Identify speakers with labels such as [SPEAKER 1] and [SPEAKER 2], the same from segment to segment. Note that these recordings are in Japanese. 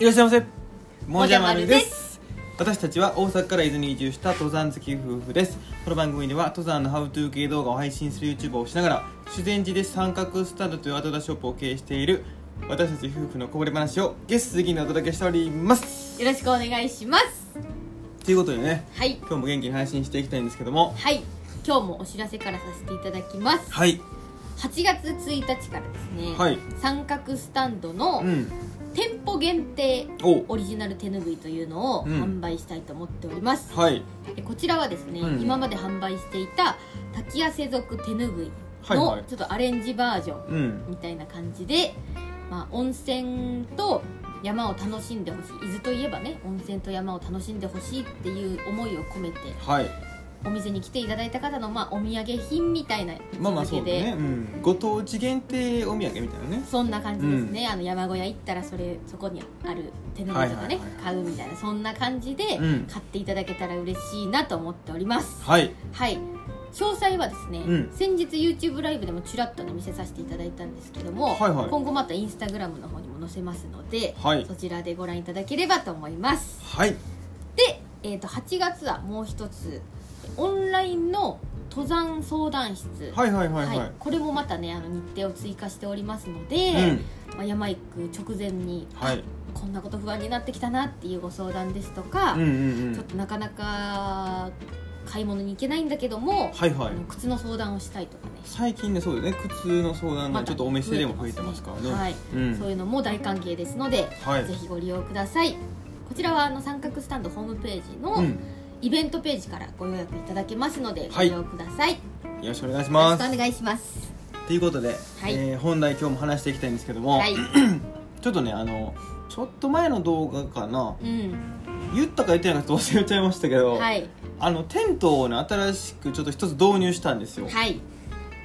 [SPEAKER 1] いらっしゃいませ
[SPEAKER 2] もじゃまるです
[SPEAKER 1] 私たちは大阪から伊豆に移住した登山好き夫婦ですこの番組では登山のハウトゥー系動画を配信する YouTuber をしながら修善寺で三角スタンドというアウトドアショップを経営している私たち夫婦のこぼれ話をゲスト的にお届けしております
[SPEAKER 2] よろしくお願いします
[SPEAKER 1] ということでね
[SPEAKER 2] はい
[SPEAKER 1] 今日も元気に配信していきたいんですけども
[SPEAKER 2] はい今日もお知らせからさせていただきます
[SPEAKER 1] はい
[SPEAKER 2] 8月1日からですね、
[SPEAKER 1] はい
[SPEAKER 2] 三角スタンドの
[SPEAKER 1] うん
[SPEAKER 2] 店舗限定
[SPEAKER 1] お
[SPEAKER 2] オリジナル手ぬぐいというのを
[SPEAKER 1] うん
[SPEAKER 2] 販売したいと思っております、
[SPEAKER 1] はい
[SPEAKER 2] でこちらはですね、
[SPEAKER 1] うん
[SPEAKER 2] 今まで販売していた滝汗族手ぬぐい
[SPEAKER 1] はいは
[SPEAKER 2] の
[SPEAKER 1] い
[SPEAKER 2] ちょっとアレンジバージョン
[SPEAKER 1] うん
[SPEAKER 2] みたいな感じで、まあ、温泉と山を楽しんでほしい伊豆といえばね温泉と山を楽しんでほしいっていう思いを込めて
[SPEAKER 1] はい
[SPEAKER 2] お店に来ていただいた方の、まあ、お土産品みたいな位置づけで、
[SPEAKER 1] まあまあそうだね、うん、ご当地限定お土産みたいなね
[SPEAKER 2] そんな感じですね、あの山小屋行ったらそれそこにある手ぬぐいと
[SPEAKER 1] はいはい
[SPEAKER 2] かね、
[SPEAKER 1] はいはい
[SPEAKER 2] 買うみたいなそんな感じで
[SPEAKER 1] うん
[SPEAKER 2] 買っていただけたら嬉しいなと思っております、
[SPEAKER 1] はい
[SPEAKER 2] はい詳細はですね、
[SPEAKER 1] うん
[SPEAKER 2] 先日 YouTube ライブでもちらっとね見せさせていただいたんですけども、
[SPEAKER 1] はいはい
[SPEAKER 2] 今後また Instagram の方にも載せますので、
[SPEAKER 1] はい
[SPEAKER 2] そちらでご覧いただければと思います
[SPEAKER 1] はい
[SPEAKER 2] で、えー、と8月はもう一つオンラインの登山相談室
[SPEAKER 1] はいはいはいはい、
[SPEAKER 2] はいこれもまたねあの日程を追加しておりますので、
[SPEAKER 1] うん
[SPEAKER 2] まあ、山行く直前に、
[SPEAKER 1] はい
[SPEAKER 2] こんなこと不安になってきたなっていうご相談ですとか、
[SPEAKER 1] うんうんうん
[SPEAKER 2] ちょっとなかなか買い物に行けないんだけども、
[SPEAKER 1] はいは
[SPEAKER 2] あ
[SPEAKER 1] い
[SPEAKER 2] の靴の相談をしたいとかね
[SPEAKER 1] 最近ねそうだよね靴の相談が
[SPEAKER 2] また
[SPEAKER 1] ちょっとお店でも増えてますからね
[SPEAKER 2] はい
[SPEAKER 1] うん
[SPEAKER 2] そういうのも大歓迎ですので、
[SPEAKER 1] はい
[SPEAKER 2] ぜひご利用くださいこちらはあの三角スタンドホームページ
[SPEAKER 1] う
[SPEAKER 2] の
[SPEAKER 1] ん
[SPEAKER 2] イベントページからご予約いただけますのでご
[SPEAKER 1] はい
[SPEAKER 2] 利用ください、よ
[SPEAKER 1] よろしくお願いし
[SPEAKER 2] ろ
[SPEAKER 1] ま
[SPEAKER 2] しくお
[SPEAKER 1] す
[SPEAKER 2] 願いします
[SPEAKER 1] ということで、
[SPEAKER 2] はい
[SPEAKER 1] えー本題今日も話していきたいんですけども、
[SPEAKER 2] はい、
[SPEAKER 1] ちょっとねあのちょっと前の動画かな
[SPEAKER 2] うん、
[SPEAKER 1] 言ったか言ってないかちょっと忘れちゃいましたけど、
[SPEAKER 2] はい
[SPEAKER 1] あのテントをね新しくちょっと一つ導入したんですよ、
[SPEAKER 2] はい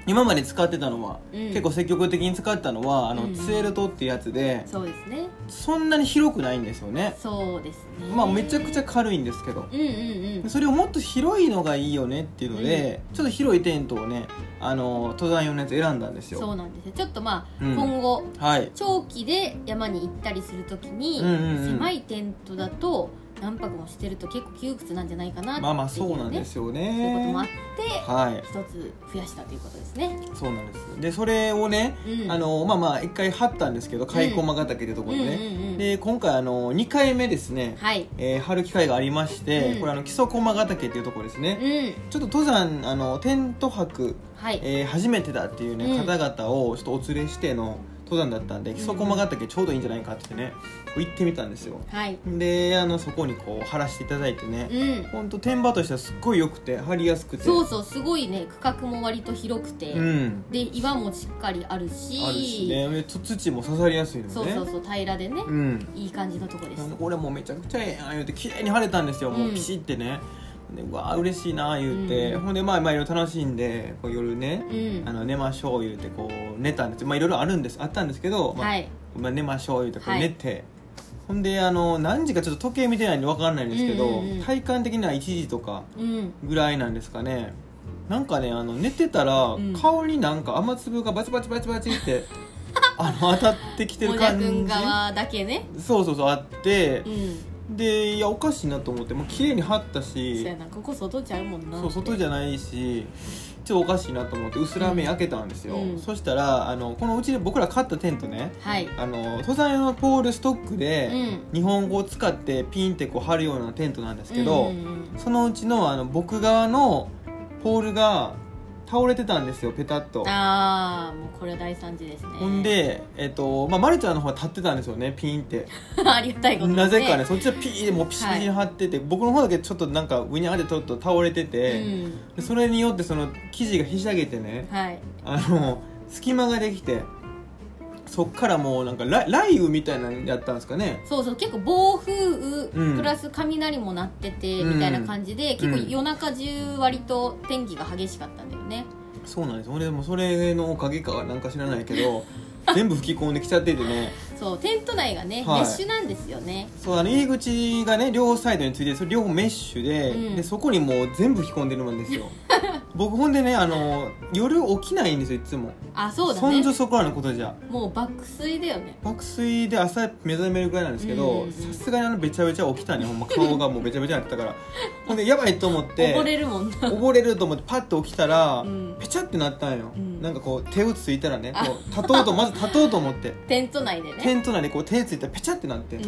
[SPEAKER 1] 今まで使ってたのは、
[SPEAKER 2] うん
[SPEAKER 1] 結構積極的に使ってたのはあの、
[SPEAKER 2] うん
[SPEAKER 1] ツエルトっていうやつで
[SPEAKER 2] そうですね
[SPEAKER 1] そんなに広くないんですよね
[SPEAKER 2] そうですね
[SPEAKER 1] まあめちゃくちゃ軽いんですけど
[SPEAKER 2] うんうんうん
[SPEAKER 1] それをもっと広いのがいいよねっていうので、ちょっと広いテントをねあの登山用のやつ選んだんです
[SPEAKER 2] そ
[SPEAKER 1] よ
[SPEAKER 2] うなんですよちょっとまあ、
[SPEAKER 1] うん
[SPEAKER 2] 今後
[SPEAKER 1] はい
[SPEAKER 2] 長期で山に行ったりするときに、
[SPEAKER 1] うんうんうん
[SPEAKER 2] 狭いテントだと何泊もしてると結構窮屈なんじゃないかなっていう、ね、
[SPEAKER 1] まあまあそうなんですよ
[SPEAKER 2] そういうこともあっ
[SPEAKER 1] ね
[SPEAKER 2] て
[SPEAKER 1] はい
[SPEAKER 2] 一つ増やしたということですね、
[SPEAKER 1] そうなんですでそれをね、
[SPEAKER 2] うん、
[SPEAKER 1] あのまあまあ一回貼ったんですけど甲斐駒ヶ岳ってところにね、
[SPEAKER 2] うんうんうん
[SPEAKER 1] で今回あの2回目ですね、
[SPEAKER 2] はい
[SPEAKER 1] えー貼る機会がありまして、
[SPEAKER 2] うん
[SPEAKER 1] これあの木曽駒ヶ岳っていうところです
[SPEAKER 2] う
[SPEAKER 1] ね、
[SPEAKER 2] ん
[SPEAKER 1] ちょっと登山あのテント泊
[SPEAKER 2] はい、
[SPEAKER 1] えー初めてだっていうね、
[SPEAKER 2] うん
[SPEAKER 1] 方々をちょっとお連れしての登山だったんで
[SPEAKER 2] ん
[SPEAKER 1] 木曽駒ヶ岳ちょうどいいんじゃないかってねこう行ってみたんですよ
[SPEAKER 2] はい
[SPEAKER 1] であのそこにこう貼らせていただいてね
[SPEAKER 2] うん
[SPEAKER 1] ほんと天場としてはすっごい良くて貼りやすくて
[SPEAKER 2] そうそうすごいね区画も割と広くて、
[SPEAKER 1] うん
[SPEAKER 2] で岩もしっかりあるし
[SPEAKER 1] あるしねでつ土も刺さりやすいのね
[SPEAKER 2] そうそうそう平らでね、
[SPEAKER 1] うん
[SPEAKER 2] いい感じのとこでした
[SPEAKER 1] これもうめちゃくちゃええやん言うて綺麗に晴れたんですよ、もううんピシってねでうわー嬉しいな言うて、
[SPEAKER 2] うん
[SPEAKER 1] ほんでまあまあいろいろ楽しんでこう夜ね
[SPEAKER 2] う、ん
[SPEAKER 1] あの寝ましょう言うてこう寝たんですまあいろいろあるんですあったんですけど、まあ
[SPEAKER 2] はい
[SPEAKER 1] まあ、寝ましょう言うてこう
[SPEAKER 2] はい
[SPEAKER 1] 寝て、ほんであの何時かちょっと時計見てないんで分かんないんですけど、
[SPEAKER 2] うんうんうん
[SPEAKER 1] 体感的には1時とか
[SPEAKER 2] うん
[SPEAKER 1] ぐらいなんですかねなんかねあの寝てたら、
[SPEAKER 2] ん
[SPEAKER 1] 顔になんか雨粒がバチバチバチバチって あの当たってきて
[SPEAKER 2] も
[SPEAKER 1] る
[SPEAKER 2] じゃ
[SPEAKER 1] 感
[SPEAKER 2] く
[SPEAKER 1] じ
[SPEAKER 2] ん側だけね
[SPEAKER 1] そうそうそうあって
[SPEAKER 2] う、ん
[SPEAKER 1] でいやおかしいなと思ってもう綺麗に貼った
[SPEAKER 2] そう
[SPEAKER 1] し
[SPEAKER 2] やなここ外ちゃうもんな
[SPEAKER 1] そう外じゃないしちょっとおかしいなと思って薄ら目開けたんですよ、
[SPEAKER 2] うんうん
[SPEAKER 1] そしたらあのこのうちで僕ら買ったテントね
[SPEAKER 2] はい
[SPEAKER 1] あの登山用のポールストックで、
[SPEAKER 2] うん
[SPEAKER 1] 日本語を使ってピンってこう貼るようなテントなんですけど、
[SPEAKER 2] うんうんうん
[SPEAKER 1] そのうちのあの僕側のポールが倒れてたんですよペタッと
[SPEAKER 2] ああもうこれは大惨事ですね
[SPEAKER 1] ほんで、えっとまあ、まるちゃんの方は立ってたんですよねピンって
[SPEAKER 2] ありがたいことですね
[SPEAKER 1] なぜかねそっちはピーでもうピシピシに貼ってて、僕の方だけちょっとなんか上にあれちょっと倒れて
[SPEAKER 2] う
[SPEAKER 1] て、
[SPEAKER 2] ん
[SPEAKER 1] でそれによってその生地がひしゃげてね
[SPEAKER 2] はい
[SPEAKER 1] あの隙間ができてそっからもうなんかラ雷雨みたいなのやったんですかね
[SPEAKER 2] そうそう結構暴風
[SPEAKER 1] うん
[SPEAKER 2] 雨プラス雷も鳴ってて
[SPEAKER 1] うん
[SPEAKER 2] みたいな感じで結構
[SPEAKER 1] うん
[SPEAKER 2] 夜中中割と天気が激しかったんだよね
[SPEAKER 1] そうなんです俺でもそれのおかげかなんか知らないけ ど全部吹き込んできちゃっててね
[SPEAKER 2] そうテント内がねメ
[SPEAKER 1] はい
[SPEAKER 2] ッシュなんですよね
[SPEAKER 1] そうあの入り口がね両サイドについてそれ両方メッシュで,、
[SPEAKER 2] うん
[SPEAKER 1] でそこにもう全部吹き込んでるもんですよで僕ほんでねあの夜起きないんですよいつも
[SPEAKER 2] あそうだ
[SPEAKER 1] そん
[SPEAKER 2] ね
[SPEAKER 1] じょそこらのことじゃ
[SPEAKER 2] もう爆睡だよね
[SPEAKER 1] 爆睡で朝目覚めるぐらいなんですけ
[SPEAKER 2] う
[SPEAKER 1] ど
[SPEAKER 2] ん
[SPEAKER 1] さすがにあのべちゃべちゃ起きたねほんま顔がもうべちゃべちゃになってた からほんでやばいと思って
[SPEAKER 2] 溺れるもんな
[SPEAKER 1] 溺れると思ってパッと起きたら、
[SPEAKER 2] うん
[SPEAKER 1] ペチャってなったんよ、
[SPEAKER 2] うん
[SPEAKER 1] なんかこう手をついたらね
[SPEAKER 2] あ
[SPEAKER 1] こう立とうとまず立とうと思 って
[SPEAKER 2] テント内で
[SPEAKER 1] テ
[SPEAKER 2] ね
[SPEAKER 1] ント内でこう手ついたらペチャってなって、
[SPEAKER 2] う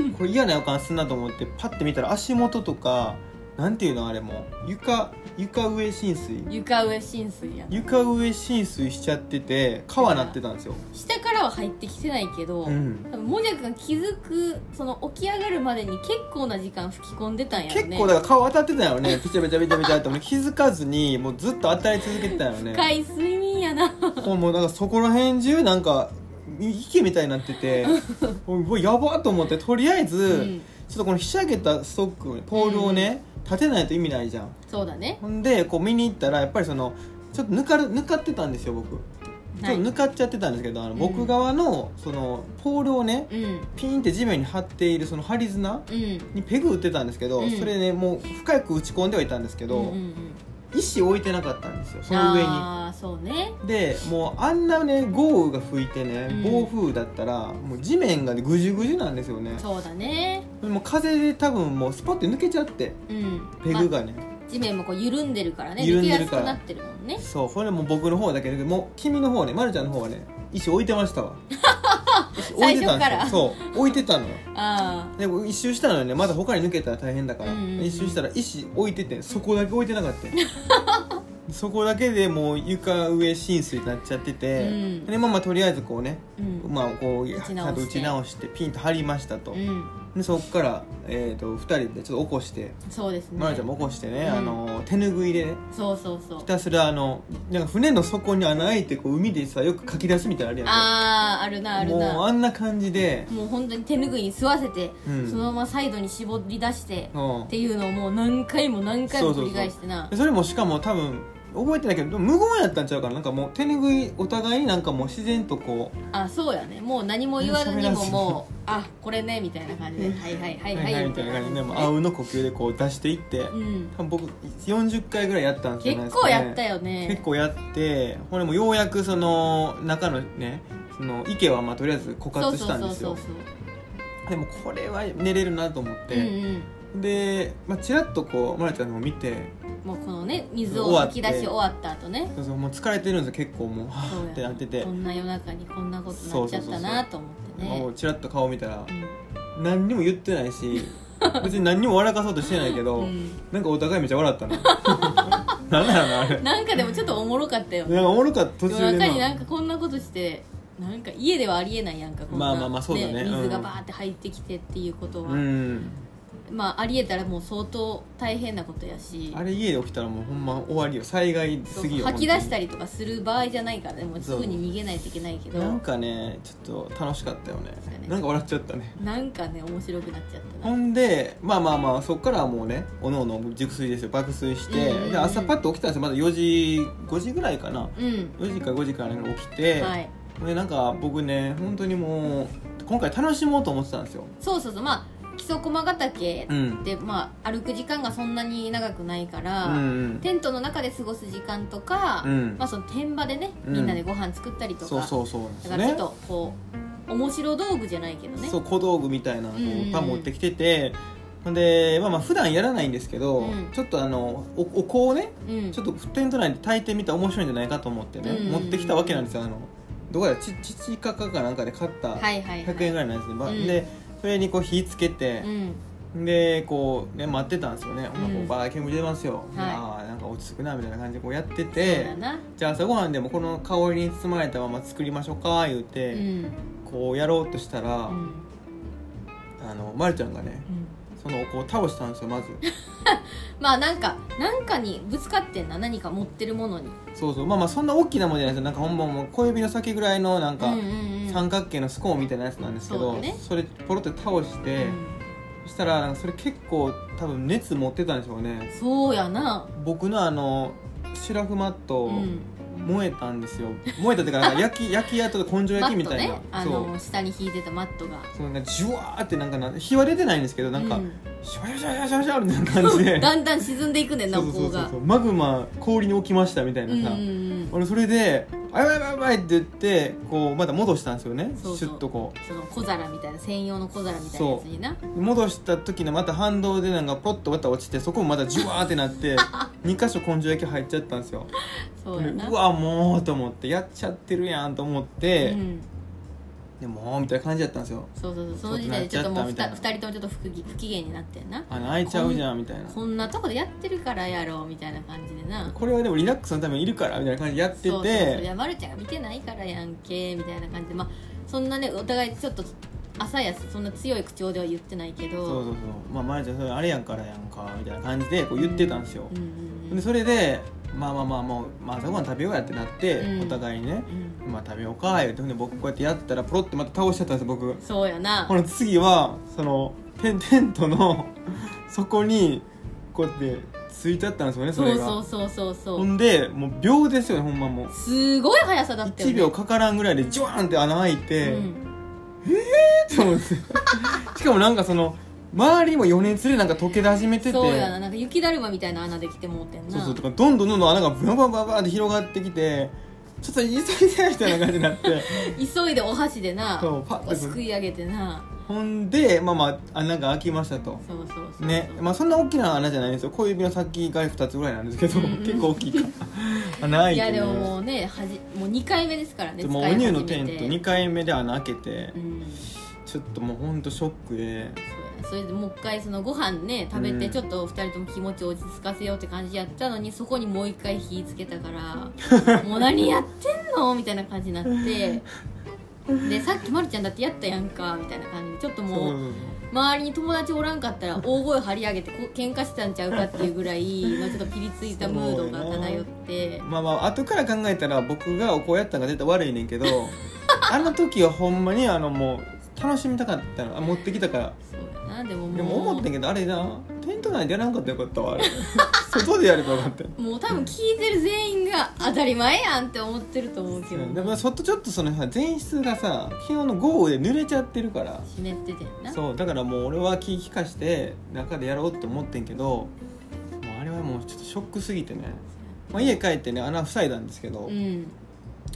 [SPEAKER 2] ん
[SPEAKER 1] これ嫌な予感すんなと思ってパッて見たら足元とかなんていうのあれもう床床上浸水
[SPEAKER 2] 床上浸水や
[SPEAKER 1] 床上浸水しちゃってて川なってたんですよ、
[SPEAKER 2] 下からは入ってきてないけど、
[SPEAKER 1] うん、
[SPEAKER 2] 多分もじゃくん気づくその起き上がるまでに結構な時間吹き込んでたんやろ
[SPEAKER 1] 結
[SPEAKER 2] ね
[SPEAKER 1] 構だから顔当たってたよねペチャペチャペチャペチャって俺気づかずにもうずっと当たり続けてたよ ね
[SPEAKER 2] 深い睡眠やな
[SPEAKER 1] もうもうなんかそこら辺中なんか池みたいになって てもうもうやばっと思ってとりあえず、
[SPEAKER 2] うん
[SPEAKER 1] ちょっとこのひしゃげたストックポールをね、立てないと意味ないじゃん
[SPEAKER 2] そうだね
[SPEAKER 1] ほんでこう見に行ったらやっぱりそのちょっとぬかるぬかってたんですよ僕ちょ
[SPEAKER 2] は
[SPEAKER 1] っ
[SPEAKER 2] い
[SPEAKER 1] とぬかっちゃってたんですけどあの
[SPEAKER 2] う
[SPEAKER 1] 僕
[SPEAKER 2] ん
[SPEAKER 1] 側のそのポールをね
[SPEAKER 2] うん
[SPEAKER 1] ピンって地面に張っているその針綱
[SPEAKER 2] うん
[SPEAKER 1] にペグ打ってたんですけど、
[SPEAKER 2] うん
[SPEAKER 1] それねもう深く打ち込んではいたんですけど、
[SPEAKER 2] うんうんうん
[SPEAKER 1] 石置いてなかったんですよその上に
[SPEAKER 2] ああそうね
[SPEAKER 1] でもうあんなね豪雨が吹いてね
[SPEAKER 2] うん
[SPEAKER 1] 暴風だったら、もう地面がねぐじゅぐじゅなんですよね
[SPEAKER 2] そうだね
[SPEAKER 1] もう風で多分もうスポッて抜けちゃって
[SPEAKER 2] うん
[SPEAKER 1] ペグがね、
[SPEAKER 2] まあ地面もこう緩んでるからね
[SPEAKER 1] 緩
[SPEAKER 2] 抜
[SPEAKER 1] ん
[SPEAKER 2] け
[SPEAKER 1] で
[SPEAKER 2] や
[SPEAKER 1] る
[SPEAKER 2] す
[SPEAKER 1] か
[SPEAKER 2] く
[SPEAKER 1] ら
[SPEAKER 2] なってるもんね
[SPEAKER 1] そうこれもう僕の方だけでもう君の方ねまるちゃんの方はね石置いてましたわ石置いてたんで
[SPEAKER 2] 最初か
[SPEAKER 1] すよ
[SPEAKER 2] ら
[SPEAKER 1] そう置いてたのよ
[SPEAKER 2] あ
[SPEAKER 1] でも一周したのよねまだ他に抜けたら大変だから、
[SPEAKER 2] うんうんうん
[SPEAKER 1] 一周したら石置いててそこだけ置いてなかったよ そこだけでもう床上浸水になっちゃってて、
[SPEAKER 2] うん
[SPEAKER 1] でまあまあとりあえずこうね
[SPEAKER 2] あうん
[SPEAKER 1] まあ、こうち
[SPEAKER 2] 打ち直して
[SPEAKER 1] ゃんと打ち直してピンと張りましたと、
[SPEAKER 2] うん
[SPEAKER 1] でそこから、えー、と2人でちょっと起こして
[SPEAKER 2] そうですね
[SPEAKER 1] 愛、まるちゃんも起こしてね、
[SPEAKER 2] うん
[SPEAKER 1] あの手拭いでね
[SPEAKER 2] そうそうそう
[SPEAKER 1] ひたすらあのなんか船の底に穴開いてこう海でさよく書き出すみたいなのあるやんか
[SPEAKER 2] あああるなあるな
[SPEAKER 1] もうあんな感じで、
[SPEAKER 2] もう本当に手拭いに吸わせて、
[SPEAKER 1] うん
[SPEAKER 2] そのままサイドに絞り出して、
[SPEAKER 1] うん
[SPEAKER 2] っていうのをもう何回も何回も繰り返してな
[SPEAKER 1] でそれもしかも多分覚えてないけど無言やったんちゃうかななんかもう手拭いお互いになんかもう自然とこう
[SPEAKER 2] あそうやねもう何も言わずに
[SPEAKER 1] 喋ら
[SPEAKER 2] も
[SPEAKER 1] ずに
[SPEAKER 2] もうあこれねみたいな感じではいはいはいはい
[SPEAKER 1] みたいな感じでもうあうんの呼吸でこう出していって、
[SPEAKER 2] うん
[SPEAKER 1] 多分僕40回ぐらいやったんじゃない
[SPEAKER 2] 結
[SPEAKER 1] ですか、
[SPEAKER 2] 構
[SPEAKER 1] ね、
[SPEAKER 2] やったよね
[SPEAKER 1] 結構やってこれもようやくその中のねその池はまあとりあえず枯渇したんですよ
[SPEAKER 2] そうそうそう
[SPEAKER 1] でもこれは寝れるなと思っ
[SPEAKER 2] そう、うん
[SPEAKER 1] て、
[SPEAKER 2] うん
[SPEAKER 1] で、まあ、ちらっとこうまなちゃんのを見て
[SPEAKER 2] もうこのね水を
[SPEAKER 1] 終わっ
[SPEAKER 2] 噴
[SPEAKER 1] て
[SPEAKER 2] き出し終わった後ね
[SPEAKER 1] そうそうもう疲れてるんですよ結構もうは
[SPEAKER 2] そう
[SPEAKER 1] ぁってなってて
[SPEAKER 2] こんな夜中にこんなことになっちゃったなと思って
[SPEAKER 1] も
[SPEAKER 2] ね
[SPEAKER 1] うちらっと顔見たら
[SPEAKER 2] うん
[SPEAKER 1] 何にも言ってない し別に何にも笑かそうとしてないけど、
[SPEAKER 2] うん
[SPEAKER 1] なんかお互いめっちゃ笑ったな なんだろうなあれ
[SPEAKER 2] なんかでもちょっとおもろかったよ
[SPEAKER 1] なんかおもろかった途
[SPEAKER 2] 夜
[SPEAKER 1] 中で
[SPEAKER 2] 中になんかこんなことしてなんか家ではありえないやんかこんな
[SPEAKER 1] まあまあまあそうだねうん
[SPEAKER 2] 水がバーって入ってきてっていうことは、
[SPEAKER 1] うん
[SPEAKER 2] まあありえたらもう相当大変なことやし
[SPEAKER 1] あれ家で起きたらもうほんま終わりよ災害
[SPEAKER 2] そう
[SPEAKER 1] すぎよ
[SPEAKER 2] 吐き出し
[SPEAKER 1] り
[SPEAKER 2] たりとかする場合じゃないからねもうすぐに逃げないといけないけど
[SPEAKER 1] なんかねちょっと楽しかったよね
[SPEAKER 2] そうだね
[SPEAKER 1] なんか笑っちゃったね
[SPEAKER 2] なんかね面白くなっちゃった
[SPEAKER 1] ほ
[SPEAKER 2] なん
[SPEAKER 1] でまあまあまあそっからはもうねおのおの熟睡ですよ爆睡して、
[SPEAKER 2] うんうんうん
[SPEAKER 1] で朝パッと起きたんですよまだ4時5時ぐらいかな
[SPEAKER 2] うん
[SPEAKER 1] 4時か5時から起きて、
[SPEAKER 2] はい
[SPEAKER 1] でなんか僕ね本当にもう今回楽しもうと思ってたんですよ
[SPEAKER 2] そうそうそうまあ木曽駒ヶ岳
[SPEAKER 1] うん
[SPEAKER 2] で、まあ、歩く時間がそんなに長くないか
[SPEAKER 1] う
[SPEAKER 2] ら、
[SPEAKER 1] ん
[SPEAKER 2] テントの中で過ごす時間とか、
[SPEAKER 1] うん
[SPEAKER 2] まあ、その天場でね
[SPEAKER 1] うん
[SPEAKER 2] みんなでご飯作ったりとか、
[SPEAKER 1] そうそうそうなんです
[SPEAKER 2] だか
[SPEAKER 1] よ
[SPEAKER 2] らちょ
[SPEAKER 1] ね
[SPEAKER 2] っとこう面白道具じゃないけどね
[SPEAKER 1] そう小道具みたいなのを
[SPEAKER 2] うんうんうん
[SPEAKER 1] パン持ってきてて、ほんでまあまあ普段やらないんですけど、
[SPEAKER 2] うん
[SPEAKER 1] ちょっとあのおお香をね
[SPEAKER 2] うん
[SPEAKER 1] ちょっとテント内で炊いてみたら面白いんじゃないかと思ってね、
[SPEAKER 2] うん
[SPEAKER 1] 持ってきたわけなんですよあのどこやらちちちかかかなんかで買った
[SPEAKER 2] は
[SPEAKER 1] 100
[SPEAKER 2] いはい、はい、
[SPEAKER 1] 円ぐらいなんですね、ば
[SPEAKER 2] うん
[SPEAKER 1] でそれにこう火つけて
[SPEAKER 2] う、ん
[SPEAKER 1] でこうね待ってたんですよね、ほんならこ
[SPEAKER 2] う
[SPEAKER 1] うんバー煙出ますよ、
[SPEAKER 2] い
[SPEAKER 1] ああなんか落ち着くなみたいな感じでこうやって
[SPEAKER 2] そう
[SPEAKER 1] て
[SPEAKER 2] だな
[SPEAKER 1] じゃあ朝ごはんでもこの香りに包まれたまま作りましょうか言う
[SPEAKER 2] う
[SPEAKER 1] て、
[SPEAKER 2] ん
[SPEAKER 1] こうやろうとしたら、
[SPEAKER 2] うん
[SPEAKER 1] あのまるちゃんがね、
[SPEAKER 2] うん
[SPEAKER 1] そのこう倒したんですよまず
[SPEAKER 2] まあなんかなんかにぶつかってんな何か持ってるものに
[SPEAKER 1] そうそうまあまあそんな大きなもんじゃないですよなんかほんまもう小指の先ぐらいのなん
[SPEAKER 2] う
[SPEAKER 1] か
[SPEAKER 2] んうんうん
[SPEAKER 1] 三角形のスコーンみたいなやつなんですけど、
[SPEAKER 2] そうだね
[SPEAKER 1] れポロって倒して、
[SPEAKER 2] うん
[SPEAKER 1] そしたらなんかそれ結構多分熱持ってたんでしょうね
[SPEAKER 2] そうやな
[SPEAKER 1] 僕のあのシュラフマット、
[SPEAKER 2] うん
[SPEAKER 1] 燃えたんですよ燃えたっていうか なんか焼き焼き跡で根性
[SPEAKER 2] マ
[SPEAKER 1] 焼き
[SPEAKER 2] ッ
[SPEAKER 1] み
[SPEAKER 2] ト
[SPEAKER 1] たいな、
[SPEAKER 2] ねあ
[SPEAKER 1] そう
[SPEAKER 2] の下に引いてたマットが
[SPEAKER 1] そのなんかジュワーってなんかな火は出てないんですけどなんか、
[SPEAKER 2] うん
[SPEAKER 1] シャワシャワシャワシャワみたいな感 じで
[SPEAKER 2] だんだん沈んでいくねんな
[SPEAKER 1] そ
[SPEAKER 2] お
[SPEAKER 1] うそう
[SPEAKER 2] 香
[SPEAKER 1] そう
[SPEAKER 2] が
[SPEAKER 1] そうマグマ氷に置きましたみたいな
[SPEAKER 2] うんうんう
[SPEAKER 1] さ、
[SPEAKER 2] ん
[SPEAKER 1] 俺それで「あやばいやばいやばい」って言ってこうまた戻したんですよね
[SPEAKER 2] そうそう
[SPEAKER 1] シュッとこ
[SPEAKER 2] その小皿みたいな専用の小皿みたいなやつにな
[SPEAKER 1] う戻した時のまた反動でなんかポロッとまた落ちてそこもまたジュワーってなって 2箇所根性焼き入っちゃったんですよ
[SPEAKER 2] そう
[SPEAKER 1] で
[SPEAKER 2] やな
[SPEAKER 1] うわもうと思ってやっちゃってるやんと思っ
[SPEAKER 2] う
[SPEAKER 1] て、
[SPEAKER 2] ん、
[SPEAKER 1] でもうみたいな感じだったんですよ
[SPEAKER 2] そうそうそうその時点でちょっともう
[SPEAKER 1] ちょっとなっちゃったみた
[SPEAKER 2] 2人ともちょっと不機不機嫌になってんな
[SPEAKER 1] あの泣いちゃうじゃんみたいな
[SPEAKER 2] こんなとこでやってるからやろうみたいな感じでな
[SPEAKER 1] これはでもリラックスのためにいるからみたいな感じでやってて
[SPEAKER 2] そうそうそういやまるちゃんが見てないからやんけみたいな感じでまあそんなねお互いちょっと朝やそんな強い口調では言ってないけど
[SPEAKER 1] そうそうそうまあまやちゃんそれあれやんからやんかみたいな感じでこう言ってたんですよ、
[SPEAKER 2] うんうんうん
[SPEAKER 1] でそれでまあまあまあもう、まあ、朝ごはん食べようやってなって、
[SPEAKER 2] うん
[SPEAKER 1] お互いにね
[SPEAKER 2] うん
[SPEAKER 1] まあ食べようか言ってほんで僕こうやってやったらポロってまた倒しちゃったんですよ僕
[SPEAKER 2] そうやな
[SPEAKER 1] この次はそのテンテントのそこにこうやってついてあったんですよねそ
[SPEAKER 2] そ
[SPEAKER 1] れ
[SPEAKER 2] う
[SPEAKER 1] が
[SPEAKER 2] そうそうそうそ
[SPEAKER 1] ほ
[SPEAKER 2] うん
[SPEAKER 1] でもう秒ですよねほんまもう
[SPEAKER 2] すごい速さだったよ、ね、
[SPEAKER 1] 1秒かからんぐらいでジュワーンって穴開いて、
[SPEAKER 2] う
[SPEAKER 1] っ
[SPEAKER 2] ん
[SPEAKER 1] て思うんですよしかもなんかその周りにも余熱でなんか溶け出始めてて
[SPEAKER 2] そうやななんか雪だるまみたいな穴できてもうてんな
[SPEAKER 1] そうそうとかどんどんどんどん穴がブワブワブワブワって広がってきてちょっと急いでみたいな感じになって
[SPEAKER 2] 急いでお箸でな
[SPEAKER 1] そうパッ
[SPEAKER 2] こうすくい上げてな
[SPEAKER 1] ほんでまあまあ穴が開きましたと
[SPEAKER 2] そうそうそうそう
[SPEAKER 1] ねまあそんな大きな穴じゃないんですよ小指の先が2つぐらいなんですけど、
[SPEAKER 2] うんうん
[SPEAKER 1] 結構大きいから穴開い
[SPEAKER 2] い
[SPEAKER 1] て、ね、
[SPEAKER 2] やでももうねはじもう2回目ですからね
[SPEAKER 1] でもう
[SPEAKER 2] 使
[SPEAKER 1] お
[SPEAKER 2] い始
[SPEAKER 1] 乳
[SPEAKER 2] め
[SPEAKER 1] のテント2回目で穴開けて、
[SPEAKER 2] うん
[SPEAKER 1] ちょっともうほんとショックで
[SPEAKER 2] そうやそれでもう一回そのご飯ね食べ
[SPEAKER 1] う
[SPEAKER 2] て
[SPEAKER 1] ん
[SPEAKER 2] ちょっと2人とも気持ちを落ち着かせようって感じやったのにそこにもう一回火つけたか らもう何やってんのみたいな感じになってでさっきまるちゃんだってやったやんかみたいな感じでちょっと
[SPEAKER 1] そう
[SPEAKER 2] も
[SPEAKER 1] そうう
[SPEAKER 2] 周りに友達おらんかったら大声張り上げてこ喧嘩してたんちゃうかっていうぐらい、まあ、ちょっとピリついたムードが漂って
[SPEAKER 1] そうまあまあ後から考えたら僕がこうやったのが絶対悪いねんけ どあの時はほんまにあのもう楽しみたかったのあ持ってきたから
[SPEAKER 2] そうやなでももう
[SPEAKER 1] でも思ってんけどあれなテント内でやらんかったらよかったわあれ 外でやればよか った
[SPEAKER 2] もう多分聞いてる全員が当たり前やんって思ってると思うけど
[SPEAKER 1] でもそっとちょっとそのさ前室がさ昨日の豪雨で濡れちゃってるから
[SPEAKER 2] 湿っててんな
[SPEAKER 1] そうだからもう俺は気利かして中でやろうって思ってんけどもうあれはもうちょっとショックすぎてね、まあ、家帰ってね穴塞いだんですけど、
[SPEAKER 2] うん、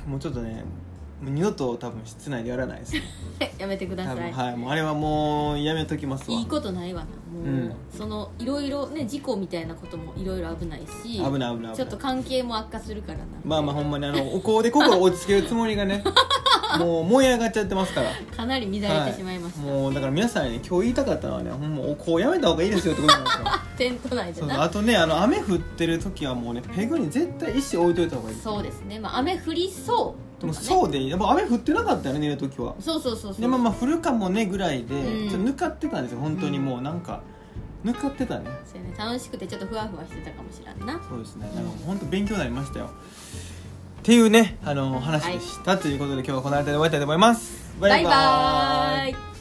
[SPEAKER 1] もうちょっとねもう二度と多分室内でやらないですね
[SPEAKER 2] やめてくだ
[SPEAKER 1] 多
[SPEAKER 2] さ
[SPEAKER 1] 分
[SPEAKER 2] い、
[SPEAKER 1] はいもうあれはもうやめときますわ
[SPEAKER 2] いいことないわなもう、
[SPEAKER 1] うん
[SPEAKER 2] そのいろいろね事故みたいなこともいろいろ危ないし
[SPEAKER 1] 危ない危ない危ない
[SPEAKER 2] ちょっと関係も悪化するからな
[SPEAKER 1] まあまあほんまにあのお香で心を落ち着けるつもりが ねもう燃え上がっちゃってますから
[SPEAKER 2] かなり乱れてしまいました、
[SPEAKER 1] もうだから皆さんにね今日言いたかったのはねほんまお香やめた方がいいですよってことなんですよ
[SPEAKER 2] テント内で
[SPEAKER 1] そう
[SPEAKER 2] な
[SPEAKER 1] あとねあの雨降ってる時はもうねペグに絶対石置いといた方がいい
[SPEAKER 2] そうですね、まあ、雨降りそうと
[SPEAKER 1] もう
[SPEAKER 2] かね
[SPEAKER 1] そうでいいやっぱ雨降ってなかったよね寝る時は
[SPEAKER 2] そうそうそうそう
[SPEAKER 1] でまあまあ降るかもねぐらいで、
[SPEAKER 2] うん
[SPEAKER 1] ちょっと抜かってたんですよ本当にもうなんか、抜かってたね
[SPEAKER 2] そうやね楽しくてちょっとふわふわしてたかもしらんな
[SPEAKER 1] そうですね。なんか本当勉強になりましたよ。っていうね、あの話でした、ということで今日はこの辺りで終わりたいと思います。
[SPEAKER 2] バイバーイ